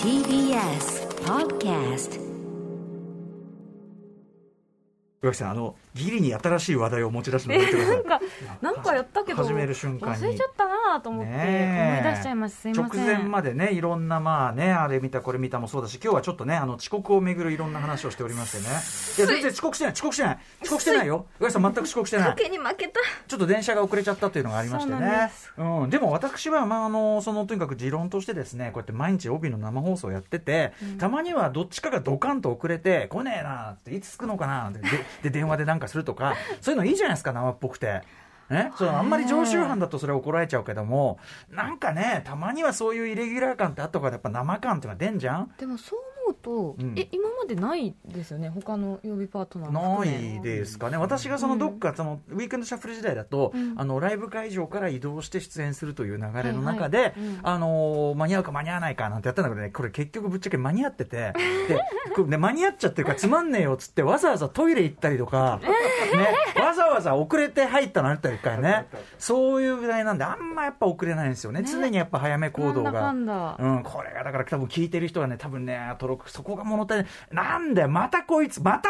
TBS Podcast 岩木さんあのギリに新しい話題を持ち出すのやめてくださいなんかなんかやったけど始める瞬間に忘れちゃったなと思って思ねえい出しちゃいますすいません直前までねいろんなまあねあれ見たこれ見たもそうだし今日はちょっとねあの遅刻をめぐるいろんな話をしておりましてねいや全然遅刻してない遅刻してない遅刻してないよ岩木さん全く遅刻してない賭けに負けたちょっと電車が遅れちゃったというのがありましてそうなんねです。うん、でも私は、まあ、あの、その、とにかく持論としてですね、こうやって毎日帯の生放送やってて、たまにはどっちかがドカンと遅れて、来ねえなって、いつ着くのかなって、で、で電話でなんかするとか、そういうのいいじゃないですか、生っぽくて。ね、そのあんまり常習犯だとそれは怒られちゃうけども、なんかね、たまにはそういうイレギュラー感ってあったから、やっぱ生感っていうのは出んじゃんでもそう思うと、うんえ今までないですよね他の曜日パートナーもな含めいですかね、私がそのどっか、そのウィークエンドシャッフル時代だと、うんあのライブ会場から移動して出演するという流れの中はいではいうん、あのー間に合うか間に合わないかなんてやったんだけどね、これ、結局ぶっちゃけ間に合ってて、 でこうね間に合っちゃってるから、つまんねえよっつって、わざわざトイレ行ったりと か、ね、わざわざ遅れて入ったのあったりとかね、そういうぐらいなんで、あんまやっぱ遅れないんですよね、ね常にやっぱ早め行動なんだかが。んだ、うん、これがだから多分聞いてる人はね、多分ね、トロッコそこが物足りない。なんだよ、またこいつ、また、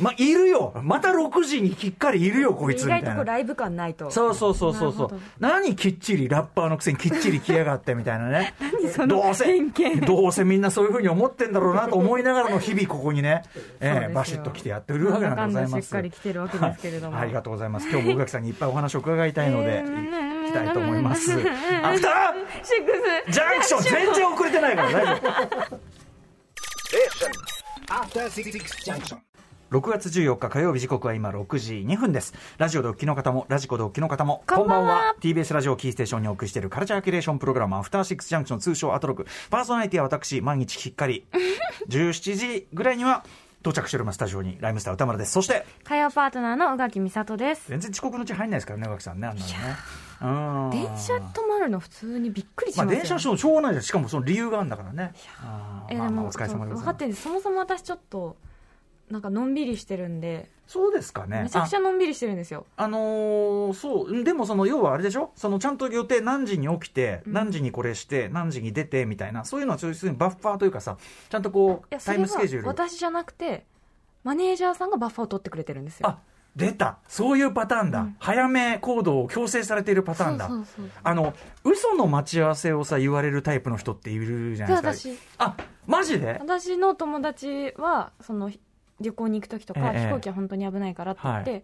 ま、いるよ。また6時にきっかりいる よ、こいつ、意みたい外とこうな。ライブ感ないとそうそうそうそうそなるうほど。何きっちり、ラッパーのくせにきっちり来やがって、みたいな ね。そのどうせ偏見、どうせみんなそういうふうに思ってんだろうなと思いながらの日々、ここにね、そうでえすえよバシッと来てやってるわけなんでございなんだかんまだす。しっかり来てるわけですけれども、はいありがとうございます。今日も宇垣さんにいっぱいお話を伺いたいの で、いきたいと思います。アフタシックージャンクション全然遅れてないから大丈夫。 After Six Junction. 6月14日火曜日時刻は今6時2分ですラジオでお聞きの方もラジコでお聞きの方もこんばんは TBS ラジオをキーステーションにお送りしているカルチャーキュレーションプログラム「アフターシックスジャンクション」通称アトロクパーソナリティは私毎日きっかり17時ぐらいには到着しておりますスタジオにライムスター歌丸ですそして火曜パートナーの宇垣美里です全然遅刻のうち入んないですからね脇さんねあんなのねうん電車止まるの普通にびっくりしままあすよ、ね電車はしょうしょうがないですしかもその理由があるんだからねあーえまあでまあもお疲れ様でござ分いかまっすてるんですそもそも私ちょっとなんかのんびりしてるんでそうですかねめちゃくちゃのんびりしてるんですよあのーそううんでもその要はあれでしょそのちゃんと予定何時に起きて、うん何時にこれして何時に出てみたいなそういうのはそういうバッファーというかさちゃんとこいうやそタイれはムスケジュール私じゃなくてマネージャーさんがバッファーを取ってくれてるんですよあ出たそういうパターンだ、うん早め行動を強制されているパターンだそうそうそうあの嘘の待ち合わせをさ言われるタイプの人っているじゃないでですか私あマジで私の友達はそのひ旅行に行く時とか、ええ飛行機は本当に危ないからって言って、は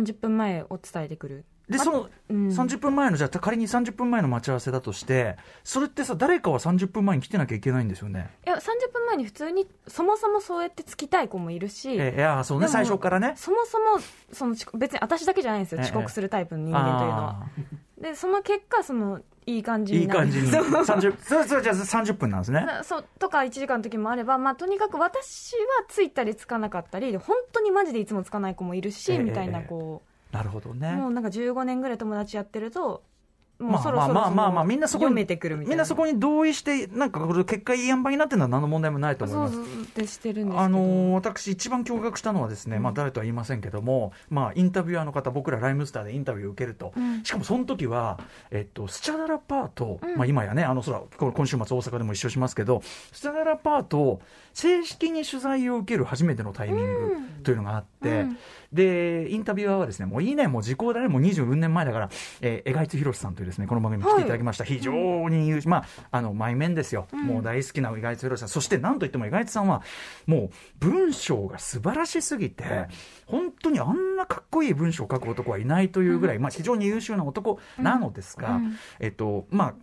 30分前を伝えてくるでそのうん30分前のじゃあ仮に30分前の待ち合わせだとしてそれってさ誰かは30分前に来てなきゃいけないんですよねいや30分前に普通にそもそもそうやってつきたい子もいるし、ええいやそうねでも最初からねそもそもその遅刻別に私だけじゃないんですよ、ええ遅刻するタイプの人間というのはあーでその結果そのいい感じいにいなる感じに。そう30、それ、それじゃあ30分なんですね。なそうとか1時間の時もあれば、まあ、とにかく私はついたりつかなかったりで本当にマジでいつもつかない子もいるし、ええみたいなこなるほどう、ねも。うなんか15年ぐらい友達やってるともまうあそろそろまあまあまあみんなそこに読めてくるみたいなみんなそこに同意して、なんかこれ結果いい塩梅になってるのは何の問題もないと思いそうます。そうってしてるんですけど、あのー私、一番驚愕したのはですね、まあ、誰とは言いませんけども、まあ、インタビュアーの方僕らライムスターでインタビューを受けると、うんしかもその時は、えっと、スチャダラパーと、うんまあ、今やねあのそらこ今週末大阪でも一緒しますけどスチャダラパーと正式に取材を受ける初めてのタイミングというのがあって、うんでインタビュアーはですねもういいねもう時効だねもう20年前だから、えー、江賀一博さんというですねこの番組に来ていただきました、非常に優秀まああの前面ですよ、もう大好きな江賀一博さんそしてなんといっても江賀一さんはもう文章が素晴らしすぎて本当にあんなかっこいい文章を書く男はいないというぐらい、まあ、非常に優秀な男なのですが、うんうんえっとまあ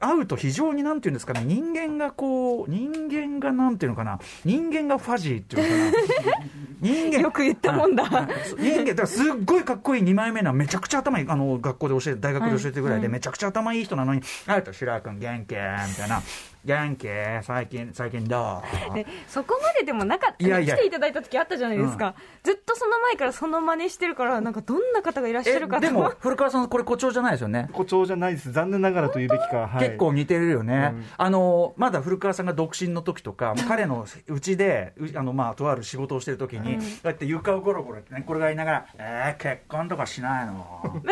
会うと非常になんていうんですかね人間がこう人間がなんていうのかな人間がファジーっていうのか な人間よく言ったもんだああそう人間だからすっごいかっこいい2枚目なめちゃくちゃ頭いいあの学校で教えて大学で教えてるぐらいで、はいめちゃくちゃ頭いい人なのに会うと白井君元気みたいな元気最近最近どうでそこまででもなかったいやいや来ていただいた時あったじゃないですか、ずっとその前からその真似してるからなんかどんな方がいらっしゃるかえとでも古川さんこれ誇張じゃないですよね誇張じゃないです残念ながらと言うべきか、はい、結構似てるよね、うんあのまだ古川さんが独身の時とか、彼のうちでうあの、まあ、とある仕事をしてる時に、に、こうやって床をゴロゴロってねこれが言いながら「えー、結婚とかしないの?」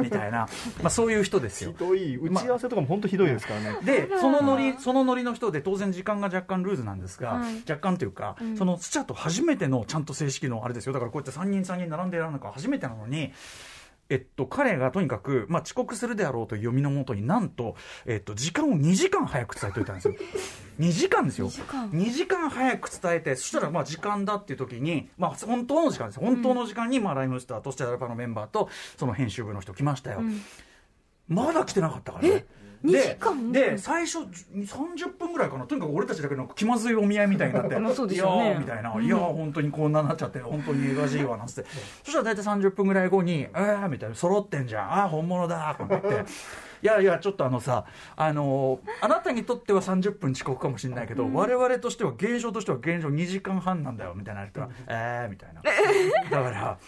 みたいな、まあ、そういう人ですよひどい打ち合わせとかも本当ひどいですからね、 でそのノリそのノリの人で当然時間が若干ルーズなんですが、はい若干というか、そのスチャと初めてのちゃんと正式のあれですよだからこうやって3人3人並んでやらなのか初めてなのに。えっと、彼がとにかく、まあ、遅刻するであろうという読みのもとになんと、えっと、時間を2時間早く伝えておいたんですよ2時間ですよ2時間2時間早く伝えてそしたらまあ時間だっていう時に、まあ、本当の時間ですよ本当の時間に、まあ、ライムスターとしてアルファのメンバーとその編集部の人来ましたよ、まだ来てなかったからね二で時間で最初30分ぐらいかなとにかく俺たちだけの気まずいお見合いみたいになって「 まあそうでしょうねいやーみたいな「いやー本当にこんなになっちゃって本当に難しいわ」なんつってそしたら大体30分ぐらい後に「えー」みたいな「揃ってんじゃんああ本物だ」と思って。いやいやちょっとあのさあのーあなたにとっては30分遅刻かもしれないけど、我々としては現象としては現象2時間半なんだよみたいな言ったら、えーみたいなだから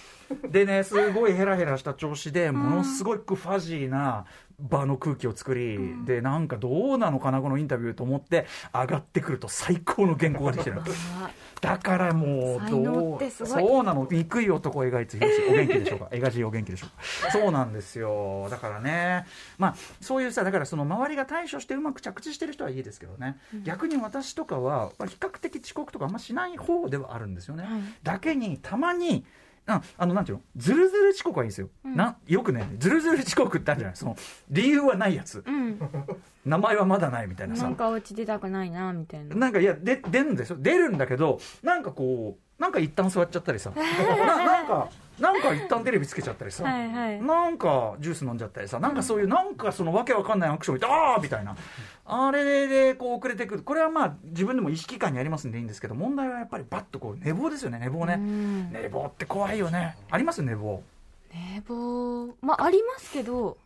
でねすごいヘラヘラした調子でものすごくファジーな場の空気を作り、でなんかどうなのかなこのインタビューと思って上がってくると最高の原稿ができてるだからもう才ど能うってすごいそうなの憎い男を描いて広しお元気でしょうか描いてお元気でしょうかそうなんですよだからねまあそういうさだからその周りが対処してうまく着地してる人はいいですけどね、逆に私とかはまあ比較的遅刻とかあんましない方ではあるんですよね、だけにたまにうんあのなんていうのずるずる遅刻はいいんですよ、なよくねずるずる遅刻ってあるじゃないその理由はないやつうん、名前はまだないみたいなさなんかお家出たくないなみたいななんかいやで出るんですよ出るんだけどなんかこうなんか一旦座っちゃったりさななんかなんか一旦テレビつけちゃったりさはいはいなんかジュース飲んじゃったりさなんかそういうなんかそのわけわかんないアクション見てああみたいなあれでこう遅れてくるこれはまあ自分でも意識感にありますんでいいんですけど問題はやっぱりバッとこう寝坊ですよね寝坊ねん寝坊って怖いよねあります寝坊寝坊まあありますけど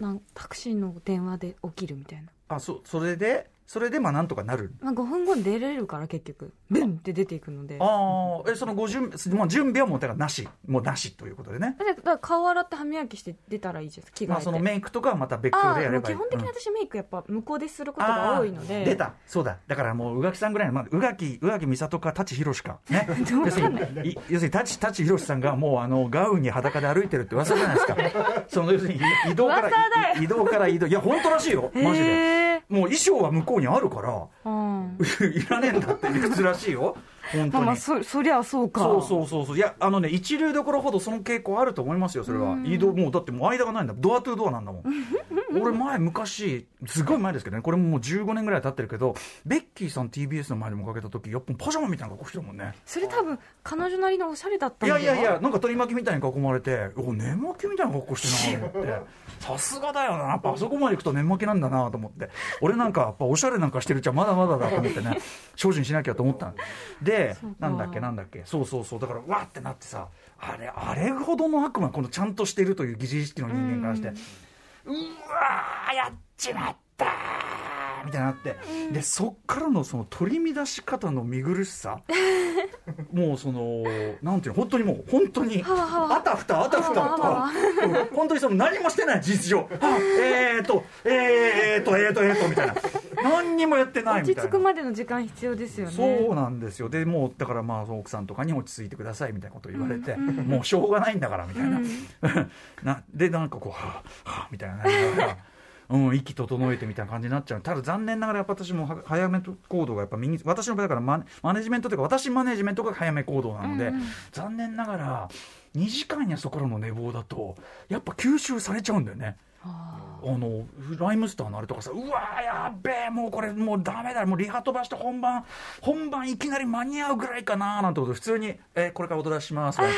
なんタクシーの電話で起きるみたいな、あそそれでそれでまあなんとかなるまあ、5分後に出れるから結局ブンって出ていくのでああえそのご準備、まあ、準備はもうだからなしもうなしということでねだから顔洗って歯磨きして出たらいいじゃん着替えて、まあ、そのメイクとかはまた別あ個あでやれもうばい基い本的にうん私メイクやっぱ向こうですることが多いので、あー 出たそうだだからもう宇垣さんぐらいの、まあ、宇垣宇垣美里か舘ひろしか ね要する にい要するに舘舘ひろしさんがもうあのガウンに裸で歩いてるって噂じゃないですか その要するに移動から噂だい移動から移動いや本当らしいよマジでへえもう衣装は向こうにあるから うんいらねえんだって理屈らしいよ本ま当あまあにそそりゃそうかそうそうそうそういやあのね一流どころほどその傾向あると思いますよそれは移動もうだってもう間がないんだドアトゥドアなんだもん俺前昔すごい前ですけどねこれももう15年ぐらい経ってるけどベッキーさん TBS の前でもかけた時やっぱパジャマみたいな格好してたもんねそれ多分彼女なりのおしゃれだったいんでやはいやいやなんか取り巻きみたいに囲まれてお寝巻きみたいな格好してるなと思って さすがだよなやっぱあそこまで行くと寝巻きなんだなと思って俺なんかやっぱおしゃれなんかしてるじゃまだまだだと思って ね精進しなきゃと思ったんでそうかなんだっけなんだっけそうそうそうだからわーってなってさあれあれほどの悪魔このちゃんとしてるという疑似意識の人間からして、うわーやっちまったーみたいになって、でそっからのその取り乱し方の見苦し さもうそのなんていうの本当にもう本当にわはわあたふたあたふたはわはわうん本当にその何もしてない実情あえーとえーとえーとえーとみたいな何にもやってない落みちたいな着くまでの時間必要ですよねそうなんですよでもうだからまあ奥さんとかに落ち着いてくださいみたいなこと言われて、もうしょうがないんだからみたいな,、 なでなんかこうはあはあみたいななんかうん、息整えてみたいな感じになっちゃうただ残念ながらやっぱ私もは早め行動がやっぱ身に私の場合だからマネマネジメントというか私マネジメントが早め行動なので、残念ながら2時間やそこらの寝坊だとやっぱ吸収されちゃうんだよね。あのライムスターのあれとかさうわーやっべえもうこれもうダメだもうリハ飛ばして本番本番いきなり間に合うぐらいかなーなんてことで普通に、えーこれから踊らしますなんて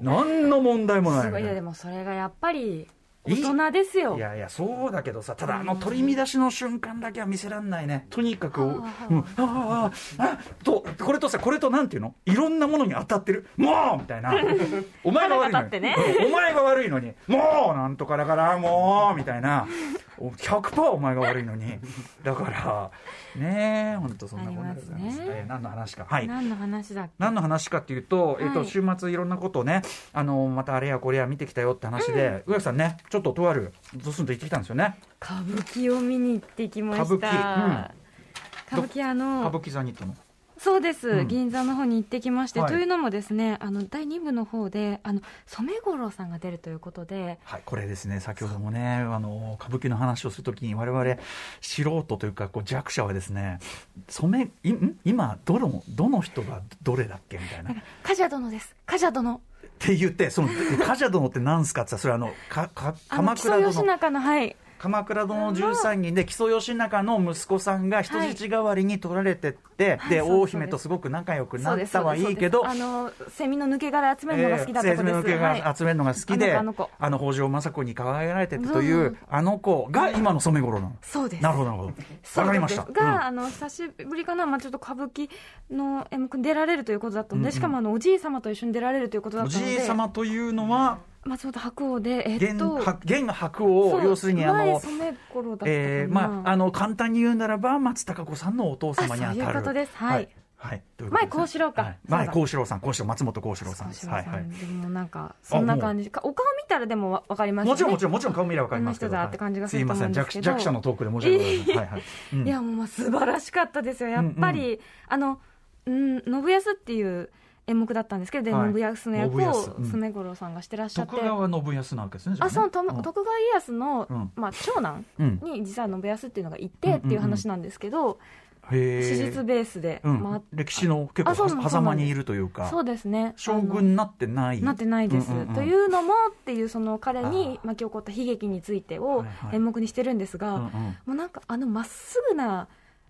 何の問題もない すみたごいいいなやでもそれがやっぱり大人ですよいやいやそうだけどさただあの取り乱しの瞬間だけは見せらんないねとにかく、うん、ああああとこれとさこれとなんていうのいろんなものに当たってるもうみた いなお前が悪いの腹が立にってねうんお前が悪いのにもうなんとかだからもうみたいなお100%お前が悪いのにだからねえ本当そんなことでございますありますねえー何の話かはい何の話だっけ何の話かっていうと、えっはと、い週末いろんなことをね、あの、またあれやこれや見てきたよって話で、上垣さんね、ちょっととある、ドスンと行ってきたんですよね。歌舞伎を見に行ってきました歌舞伎うん歌舞伎あの歌舞伎座に行ったの。そうです、うん銀座の方に行ってきまして、はいというのもですねあの第2部の方であの染五郎さんが出るということではい、これですね、先ほどもね、あの歌舞伎の話をするときに、我々素人というか、こう弱者はですね。染め、いん今、どの、どの人がどれだっけみたいな。っ「カジャ殿ですカジャ殿て言って、その、カジャ殿って何すかって言ったら、それ、あの、か、か、」あの鎌木曽倉義殿。仲のはい鎌倉殿の十三人で、木曽義仲の息子さんが人質代わりに取られてって。はいで、はいそうです大姫とすごく仲良くなそうっですたはいいけどそう。ですあのセミの抜け殻集めるのが好きだったえ子ーです、の毛はがい集めるのが好きで、あの子あの子あの北条政子に輝られててという、うんあの子が今の染五郎なの。そうですなるほどなるほど。わかりました。そうですが、うんあの久しぶりかな、まあ、ちょっと歌舞伎の演目に出られるということだったので、うんうんしかもあのおじい様と一緒に出られるということだおったのじいで、様というのは松本白鸚で、え現っと、白現白をそう要するにあ前の。染五郎だったかな、えーまあ、あの簡単に言うならば松たか子さんのお父様にあたるあそういうことですはいはいということ前ですね幸四郎かはいそうだ前幸四郎さん幸四郎松本幸四郎さんです少しははいはいでもなんかそんな感じかお顔見たらでもわわかりますよもねちろんもちろんもちろん顔見れば分かりますけどあの人だって感じがすいるとま思せうんんです弱けど弱者のトークで申し訳ございません、はいはいうんいやもう素晴らしかったですよやっぱり、うんあのうん信康っていう演目だったんですけど、ではい信康の役信を康うん染五郎さんがしてらっしゃって徳川信康なわけですねじゃあねそうとうん徳川家康の、うんまあ、長男うんに実は信康っていうのがいてっていう話なんですけど、へー史実ベースでうん回っ歴史の結あそうな構のはざまにいるというかそうですね将軍になってないなってないです、うんうんうんというのもっていうその彼にあー巻き起こった悲劇についてをはいはい演目にしてるんですが、うんうんもうなんかあのまっすぐな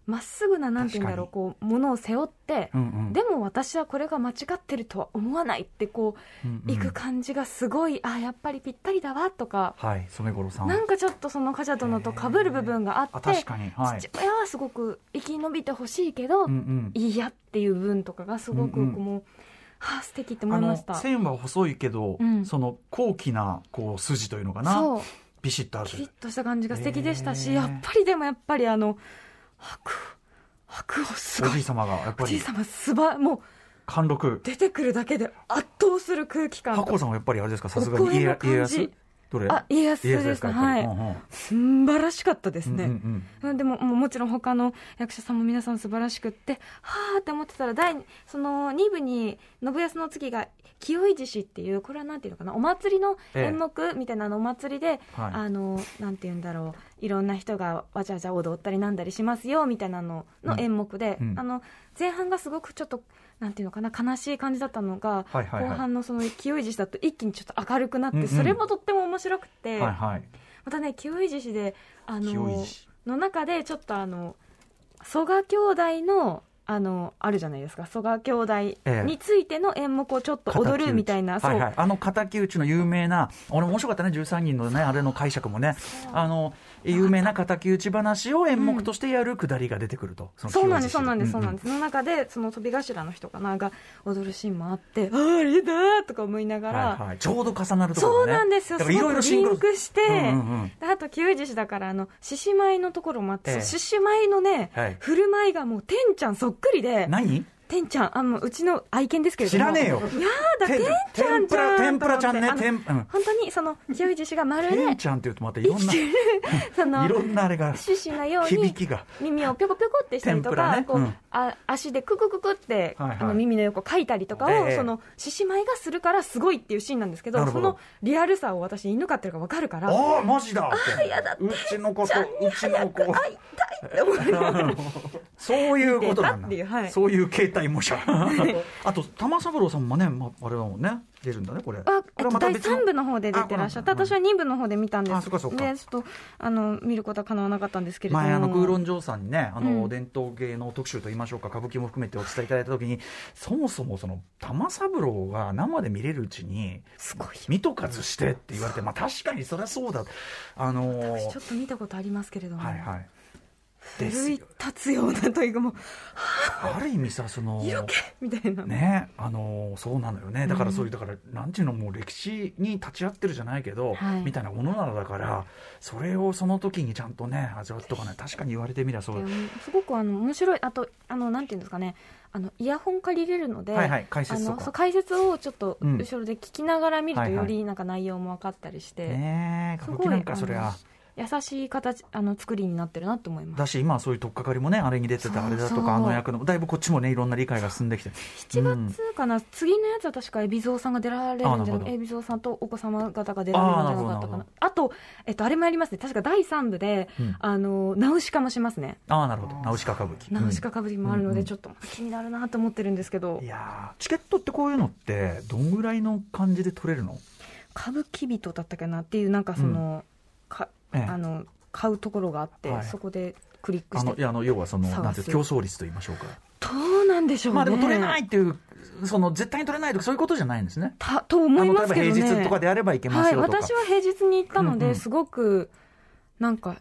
まっすぐななんて言うんだろう確こうものを背負って、うんうんでも私はこれが間違ってるとは思わないってこうんううん行く感じがすごい、あやっぱりぴったりだわとか、はい染五郎さんなんかちょっとその冠者殿と被る部分がああって確かにはい父親はすごく生き延びてほしいけど、うんうんいいやっていう分とかがすごくこううんうんもう、はあ素敵って思あいまのした。線は細いけど、うんその高貴なこう筋というのかなそうビシッとあるキリッとした感じが素敵でしたし、へーやっぱりでもやっぱりあの白白鵬すおごじいい様がやっおぱじいり様すばもう貫禄出てくるだけで圧倒する空気感白と鵬さんはやっぱりあれですかさすがおに声家の康家感康じどれあ家康家康でですすかねやっぱはりいうんうん素晴らしかったですね、うんうんうんでももうもちろん他の役者さんも皆さん素晴らしくってはあって思ってたら第二その2部に信康の次が清い獅子っていうこれはなんていうのかなお祭りの演目みたいなのお祭りで、はいあのなんていうんだろういろんな人がわちゃわちゃ踊ったりなんだりしますよみたいなのの演目で、うんうんあの前半がすごくちょっとなんていうのかな悲しい感じだったのが、はいはいはい後半のその清い獅子だと一気にちょっと明るくなって、うんうんそれもとっても面白くて、はいはいまたね清い獅子であ清のい獅の中でちょっとあの曽我兄弟のあのあるじゃないですか曽我兄弟ええについての演目をちょっと踊るみたいな、はいそう、はい、あの敵討ちの有名な俺面白かったね13人のねあれの解釈もねあの有名な敵討ち話を演目としてやるくだりが出てくると、そのそうなんですそうなんですそう清な水氏んです、その中でその飛び頭の人かなが踊るシーンもあってあーあれだーとか思いながら、はいはい、ちょうど重なるとこそろうねなんですよだすからいろいごろくシリンクンロクして、うんうんうんであと旧獅子だからあの獅子舞のところもあって、ええ獅子舞のね、はい振る舞いがもう天ちゃんそっくりで何天ちゃんあもううちの愛犬ですけれど知もらねえよやだ天ちゃ天んぷじらゃん天ぷらちゃんねと思って天あのうん本当にその清い獅子がまる天でちゃんっていうとまたいろん生きなてるそのいろんなあれが獅子のよう響にきが耳をぴょこぴょこってしたり天とぷらか、ねこううんあ足でククククって、はいはいあの耳の横かいたりとかを、ええその獅子舞がするからすごいっていうシーンなんですけどなるそほどのリアルさを私犬飼ってるから分かるからああマジだってうちの子とうちの子あ痛いって思いながらそういうことなんだ見てたっていうはいそういう携帯模写あと玉三郎さんもね、まあ、あれだもんね出るんだねこれあえこっれと、また第別の3部の方で出てらっしゃってあこれ私は2部の方で見たんですあそうかそうかでちょっとあの見ることは可能なかったんですけれども前あの空論城さんにねあの、うん伝統芸能特集といいましょうか歌舞伎も含めてお伝えいただいた時にそもそもその玉三郎が生で見れるうちにすごいよ見とかずしてって言われてまあ確かにそりゃそうだあのー私ちょっと見たことありますけれども、はいはいです奮いよ立つようなというかもうある意味さその色気みたいな、ねあのーそうなのよねだからうんそういう、だからなんていうのもう歴史に立ち会ってるじゃないけど、はいみたいなものなのだからそれをその時にちゃんとね味わっとかね確かに言われてみりゃそう、いやもうすごくあの面白いあとあのなんていうんですかねあのイヤホン借りれるので、はいはい解説とあのそうか解説をちょっとうん後ろで聞きながら見るとはいはいよりなんか内容も分かったりして、ねえす歌ごい舞伎なんかそりあゃの優しい形あの作りになってるなと思いますだし今はそういう取っかかりもねあれに出てたあれだとそうそうかあの役のだいぶこっちもねいろんな理解が進んできて7月かな、次のやつは確か海老蔵さんが出られるんじゃあなるなほいど海老蔵さんとお子様方が出られるんじゃなあなかったるほどかななるほどあと、えっと、あれもやりますね確か第3部で、うんあのナウシカもしますねああなるほどナウシカ歌舞伎ナウシカ歌舞伎もあるので、うんちょっと気になるなと思ってるんですけど、うんいやーチケットってこういうのってどんぐらいの感じで取れるの歌舞伎人だったかなっていうなんかその、かええあの買うところがあって、はいそこでクリックあしのいてやあの要はその探すなんていう競争率と言いましょうかどうなんでしょうねまあでも取れないっていうその絶対に取れないとかそういうことじゃないんですねたと思いますけどあのね例えば平日とかであればいけまはすいよとか私は平日に行ったので、うんうんすごくなんか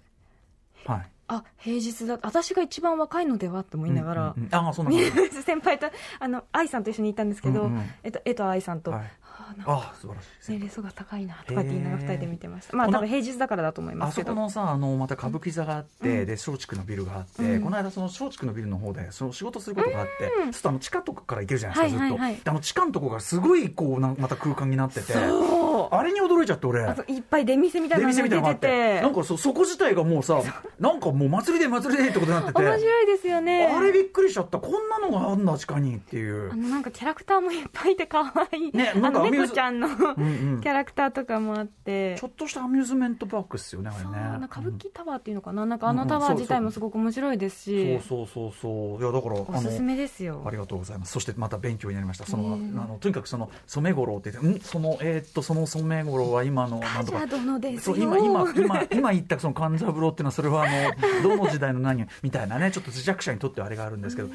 はいあ平日だ私が一番若いのではって思いながら、うんうんうんああそんなこと宮内 先輩とあの愛さんと一緒に行ったんですけど、うんうんえっと、江藤愛さんと、はいあなんかああ素晴らしいですね年齢層が高いなとかって言いながらへ2ー人で見てましたまあこの多分平日だからだと思いまあすけそこどのさあのまた歌舞伎座があって、で松竹のビルがあって、うんこの間その松竹のビルの方でその仕事することがあって、ちょっとあの地下とかから行けるじゃないですか、はいずっと、はいはいであの地下のとこがすごいこうなんまた空間になっててそうあれに驚いちゃって俺あといっぱい出店みたい出なのが店みたいなのがあ出てっててなんかそそこ自体がもうさなんかもう祭りで祭りでってことになってて面白いですよねあれびっくりしちゃったこんなのがあんだ地下にっていうあのなんかキャラクターもいっぱいいて可愛い、ねあなんかのアミューズ猫ちゃんのキうんうんャラクターとかもあってちょっとしたアミューズメントパークっすよねあれそうねなんか歌舞伎タワーっていうのかななんかあのタワー自体もすごく面白いですし、うんそうそうそうそういやだからおすすめですよありがとうございます。そしてまた勉強になりました。その、ねえあのとにかくその染五郎って言って、んそのえーっとその染五郎は今のなんとじゃかあ。殿ですそよう今今今今言ったその勘三郎っていうのはそれはあのどの時代の何みたいなねちょっと自弱者にとってはあれがあるんですけど、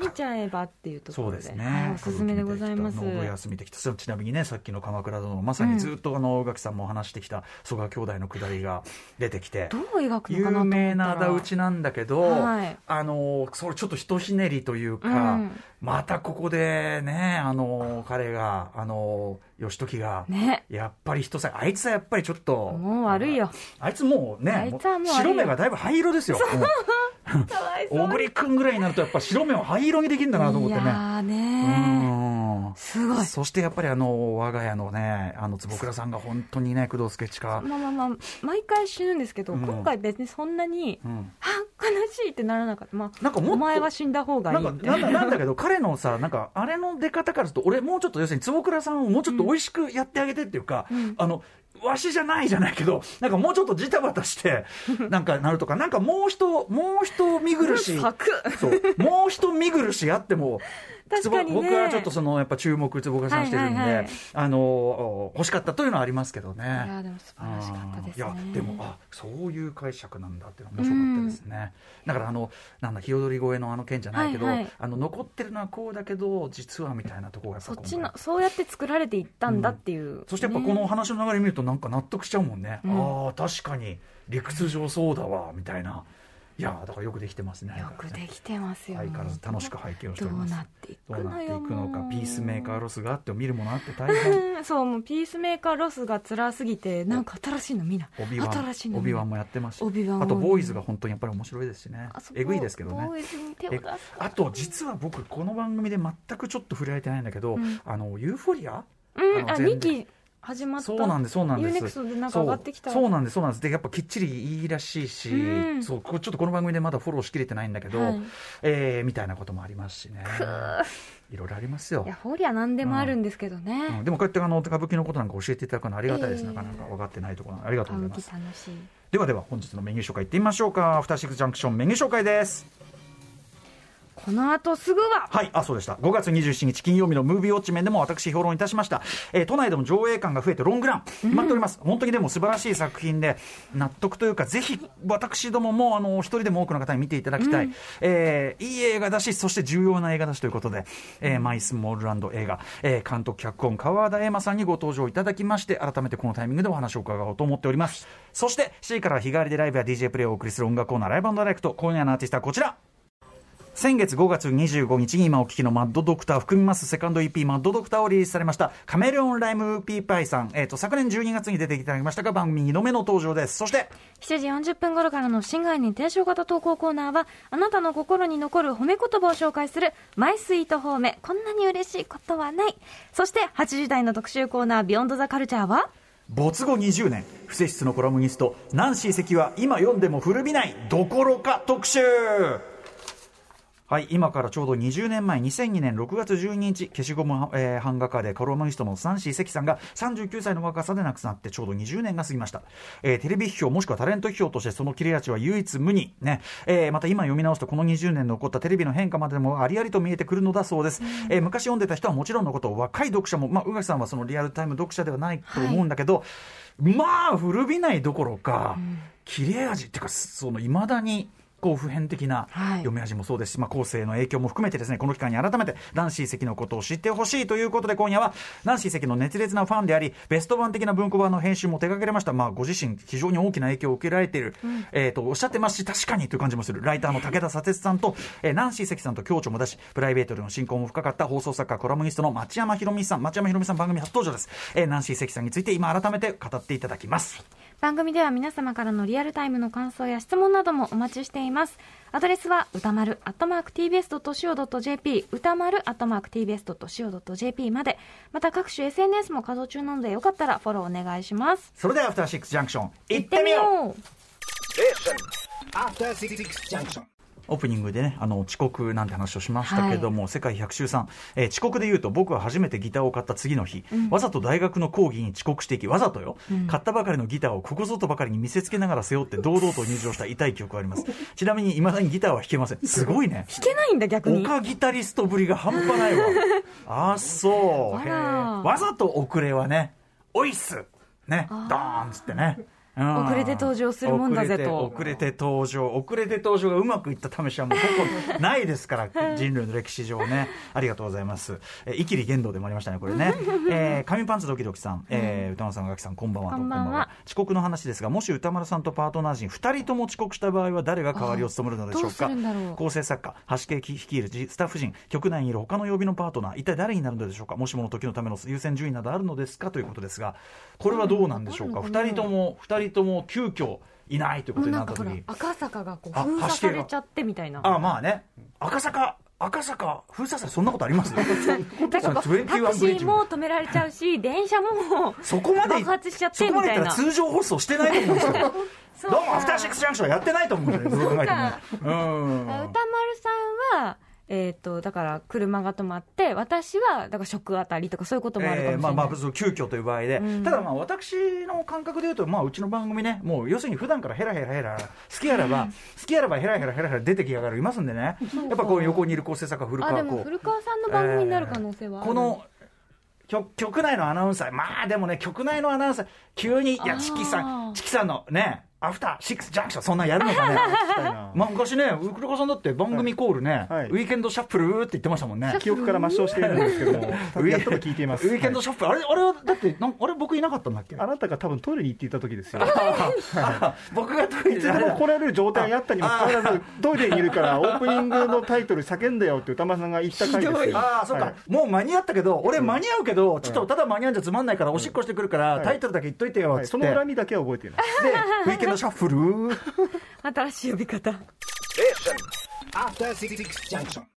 見ちゃえばっていうとこそろうでですはいね。おすすめでございます歌舞伎できたのお休みできた。そうちなみにね、さっきの鎌倉殿のまさにずっとあの、宇垣さんも話してきた曽我兄弟のくだり が出てきて。どう描くのかなと思った有ら名な仇討ちなんだけど、はいあのそれちょっとひとひねりというか、うんまたここでねあの彼があの義時が、ねやっぱり人さあいつはやっぱりちょっともう悪いよあいつもうねあいつはもう悪いよ白目がだいぶ灰色ですよもうかわい小栗君ぐらいになるとやっぱ白目を灰色にできるんだなと思っいてやね。ーうねんすごいそしてやっぱりあの我が家のねあの坪倉さんが本当にね工藤助親、まあまあまあ毎回死ぬんですけど、うん今回別にそんなにうん、あ悲しいってならなかったまあなんかもっとお前は死んだ方がいいなんみかたいなんだなんだけど、彼のさ、なんか、あれの出方からすると、俺、もうちょっと、要するに坪倉さんをもうちょっと美味しくやってあげてっていうか、んあの、わしじゃないじゃないけど、 なんかもうちょっとジタバタ して、なんかなるとか、なんかもう人、もう人見苦しい。サクッそうもう人見苦しあっても確かにね坪僕はちょっとそのやっぱ注目坪倉さんしてるんで、はいはいはいあの欲しかったというのはありますけどね。いやーでも素晴らしかったですねあーいやでもあそういう解釈なんだっていうのは面白かったですね、だからあのなんだ清取越えのあの件じゃないけど、はいはいあの残ってるのはこうだけど実はみたいなところがやっぱそっ今回ちのそうやって作られていったんだっていう、そしてやっぱこのお話の流れ見るとなんか納得しちゃうもんね、んああ確かに理屈上そうだわみたいないやーだからよくできてますねねよくできてますよ相変わらず楽しく拝見をしておどりうますなっていくどうなっのていよくのかもうピースメーカーロスがあって見るものあって大 変うんそうもうピースメーカーロスが辛すぎてなんか新しいの見な帯ワン新しいの帯見なワンもやってますし帯ワンもあとボーイズが本当にやっぱり面白いですしねあそこえぐいですけどねボーイズに手を出えすかあと実は僕この番組で全くちょっと触れられてないんだけど、うんあのユーフォリアうんああの全2期始まったそうなんですそうなんですユーネクストでなんか上がってきたそうそうなんですそうなんですでやっぱきっちりいいらしいし、うんそうこれちょっとこの番組でまだフォローしきれてないんだけど、はいえーみたいなこともありますしねいろいろありますよいやフォリア何でもあるんですけどね、うん、でもこうやってあの歌舞伎のことなんか教えていただくのありがたいです、ええなかなか分かってないところありがと歌うござ舞います伎楽しいではでは本日のメニュー紹介いってみましょうかアフターシックスジャンクションメニュー紹介ですこの後すぐははい、あ、そうでした。5月27日金曜日のムービーウォッチ面でも私評論いたしました。えー都内でも上映館が増えてロングラン、待っております。本当にでも素晴らしい作品で、納得というか、ぜひ私どもも、あの、一人でも多くの方に見ていただきたい。えーいい映画だし、そして重要な映画だしということで、えーマイスモールランド映画、えー監督脚本川田絵馬さんにご登場いただきまして、改めてこのタイミングでお話を伺おうと思っております。そして、C から日替わりでライブや DJ プレイをお送りする音楽コーナーライブダイレクト、今夜のアーティストはこちら。先月5月25日に今お聞きのマッドドクター含みますセカンド EP マッドドクターをリリースされましたカメレオンライムピーパイさん、えー、と昨年12月に出ていただきましたが番組2度目の登場ですそして7時40分頃からの新概念提唱型投稿コーナーはあなたの心に残る褒め言葉を紹介する「マイスイート褒めこんなに嬉しいことはない」そして8時台の特集コーナー「ビヨンドザカルチャーは没後20年不世出のコラムニストナンシー関は今読んでも古びないどころか特集はい、今からちょうど20年前、2002年6月12日、消しゴム、えー版画家でコロマニストのサンシー関さんが39歳の若さで亡くなってちょうど20年が過ぎました。えーテレビ批評もしくはタレント批評としてその切れ味は唯一無二。ね。えーまた今読み直すとこの20年の起こったテレビの変化までもありありと見えてくるのだそうです。えー昔読んでた人はもちろんのこと、若い読者も、まあ、宇垣さんはそのリアルタイム読者ではないと思うんだけど、まあ、古びないどころか、切れ味っていうか、その、未だに、こう普遍的なはい読み味もそうですし、まあ、後世の影響も含めてですねこの機会に改めてナンシー関のことを知ってほしいということで今夜はナンシー関の熱烈なファンでありベスト版的な文庫版の編集も手掛けられました、まあ、ご自身非常に大きな影響を受けられている、えー、とおっしゃってますし確かにという感じもするライターの武田砂鉄さんと、えーナンシー関さんと共著も出しプライベートでの親交も深かった放送作家コラムニストの町山ひろみさん町山ひろみさん番組初登場です、えーナンシー関さんについて今改めて語っていただきます番組では皆様からのリアルタイムの感想や質問などもお待ちしていますアドレスは歌丸 atmarktbs.co.jp 歌丸 atmarktbs.co.jp までまた各種 SNS も稼働中なのでよかったらフォローお願いしますそれではアフターシックスジャンクション行行ってみようう After Six Junction. オープニングでねあの遅刻なんて話をしましたけども、世界百秋さん、えー遅刻で言うと僕は初めてギターを買った次の日、わざと大学の講義に遅刻していきわざとよ、買ったばかりのギターをここぞとばかりに見せつけながら背負って堂々と入場した痛い記憶がありますちなみにいまだにギターは弾けませんすごいね弾けないんだ逆オにカギタリストぶりが半端 ないわあそうあへらーわざと遅れはねおいっすねドーンっつってねうん遅れて登場するもんだぜと遅れて遅れて登場遅れて登場がうまくいった試しはもうここないです から人類の歴史上ねありがとうございますえイキリ言動でもありましたねこれね、えー、紙パンツドキドキさん、えー、歌丸さん垣さんこんばんはこんばんは遅刻の話ですがもし歌丸さんとパートナー陣2人とも遅刻した場合は誰が代わりを務めるのでしょうかあーどうするんだろう構成作家橋家率いるスタッフ陣局内にいる他の曜日のパートナー一体誰になるのでしょうかもしもの時のための優先順位などあるのですかということですがこれはどうなんでしょうかうん2人とも二人とも急遽いないというこもとにうななんっかたほら時赤坂がこうあ封鎖されちゃってみたいなああまあね赤坂赤坂封鎖されそんなことあります だからこそううタクシ21ーも止められちゃう し電車もそこまで爆発しちゃっそてこまみでたったいらな通常放送してないと思うんですよどうもアフターシックスジャンクションやってないと思うんだよどう考えてもねうん歌丸さんは、えっとだから車が止まって私はだから食あたりとかそういうこともあるかもしれない、えーまあまあ、そう急遽という場合で、ただまあ私の感覚でいうと、まあ、うちの番組ね、もう要するに普段からヘラヘラヘラ、好きあら ば、好きあらばヘラヘラヘラヘラ出てきやがる、いますんでね、やっぱこう横にいる構成作家、古あで川もこう古川さんの番組になる可能性はある、この局局内のアナウンサー、まあでもね、局内のアナウンサー、急に、いあや、ーチキさん、チキさんのね、アフターシックスジャンクション、そんなんやるのか ね。まあ、昔ね、古川さんだって番組コールね、はいウィーケンドシャッフルって言ってましたもんね。記憶から抹消しているんですけども、 やっと聞いています。ウィーケンドはいショップ、あれ、あれは、だって、なんあれ、僕いなかったんだっけ。あなたが多分トイレに行っていた時ですよ。あ 僕がトイいレつでであれもだ来られる状態にあったにもかかわらず、 トイレにいるから、オープニングのタイトル叫んだよって歌丸さんが言った回ですよ。ああそうか、はいもう間に合ったけど俺間に合うけどちょっとただ間に合うんじゃつまんないからおしっこしてくるからはいタイトルだけ言っといてよはっいつってそでの恨みだけは覚えています。ウィーケンドシャッフル新しい呼び方 After Six Junction.